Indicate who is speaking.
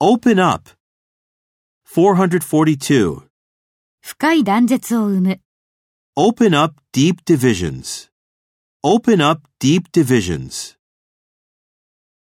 Speaker 1: Open up. 442.
Speaker 2: 深い断絶を生む。
Speaker 1: Open up deep divisions. Open up deep divisions.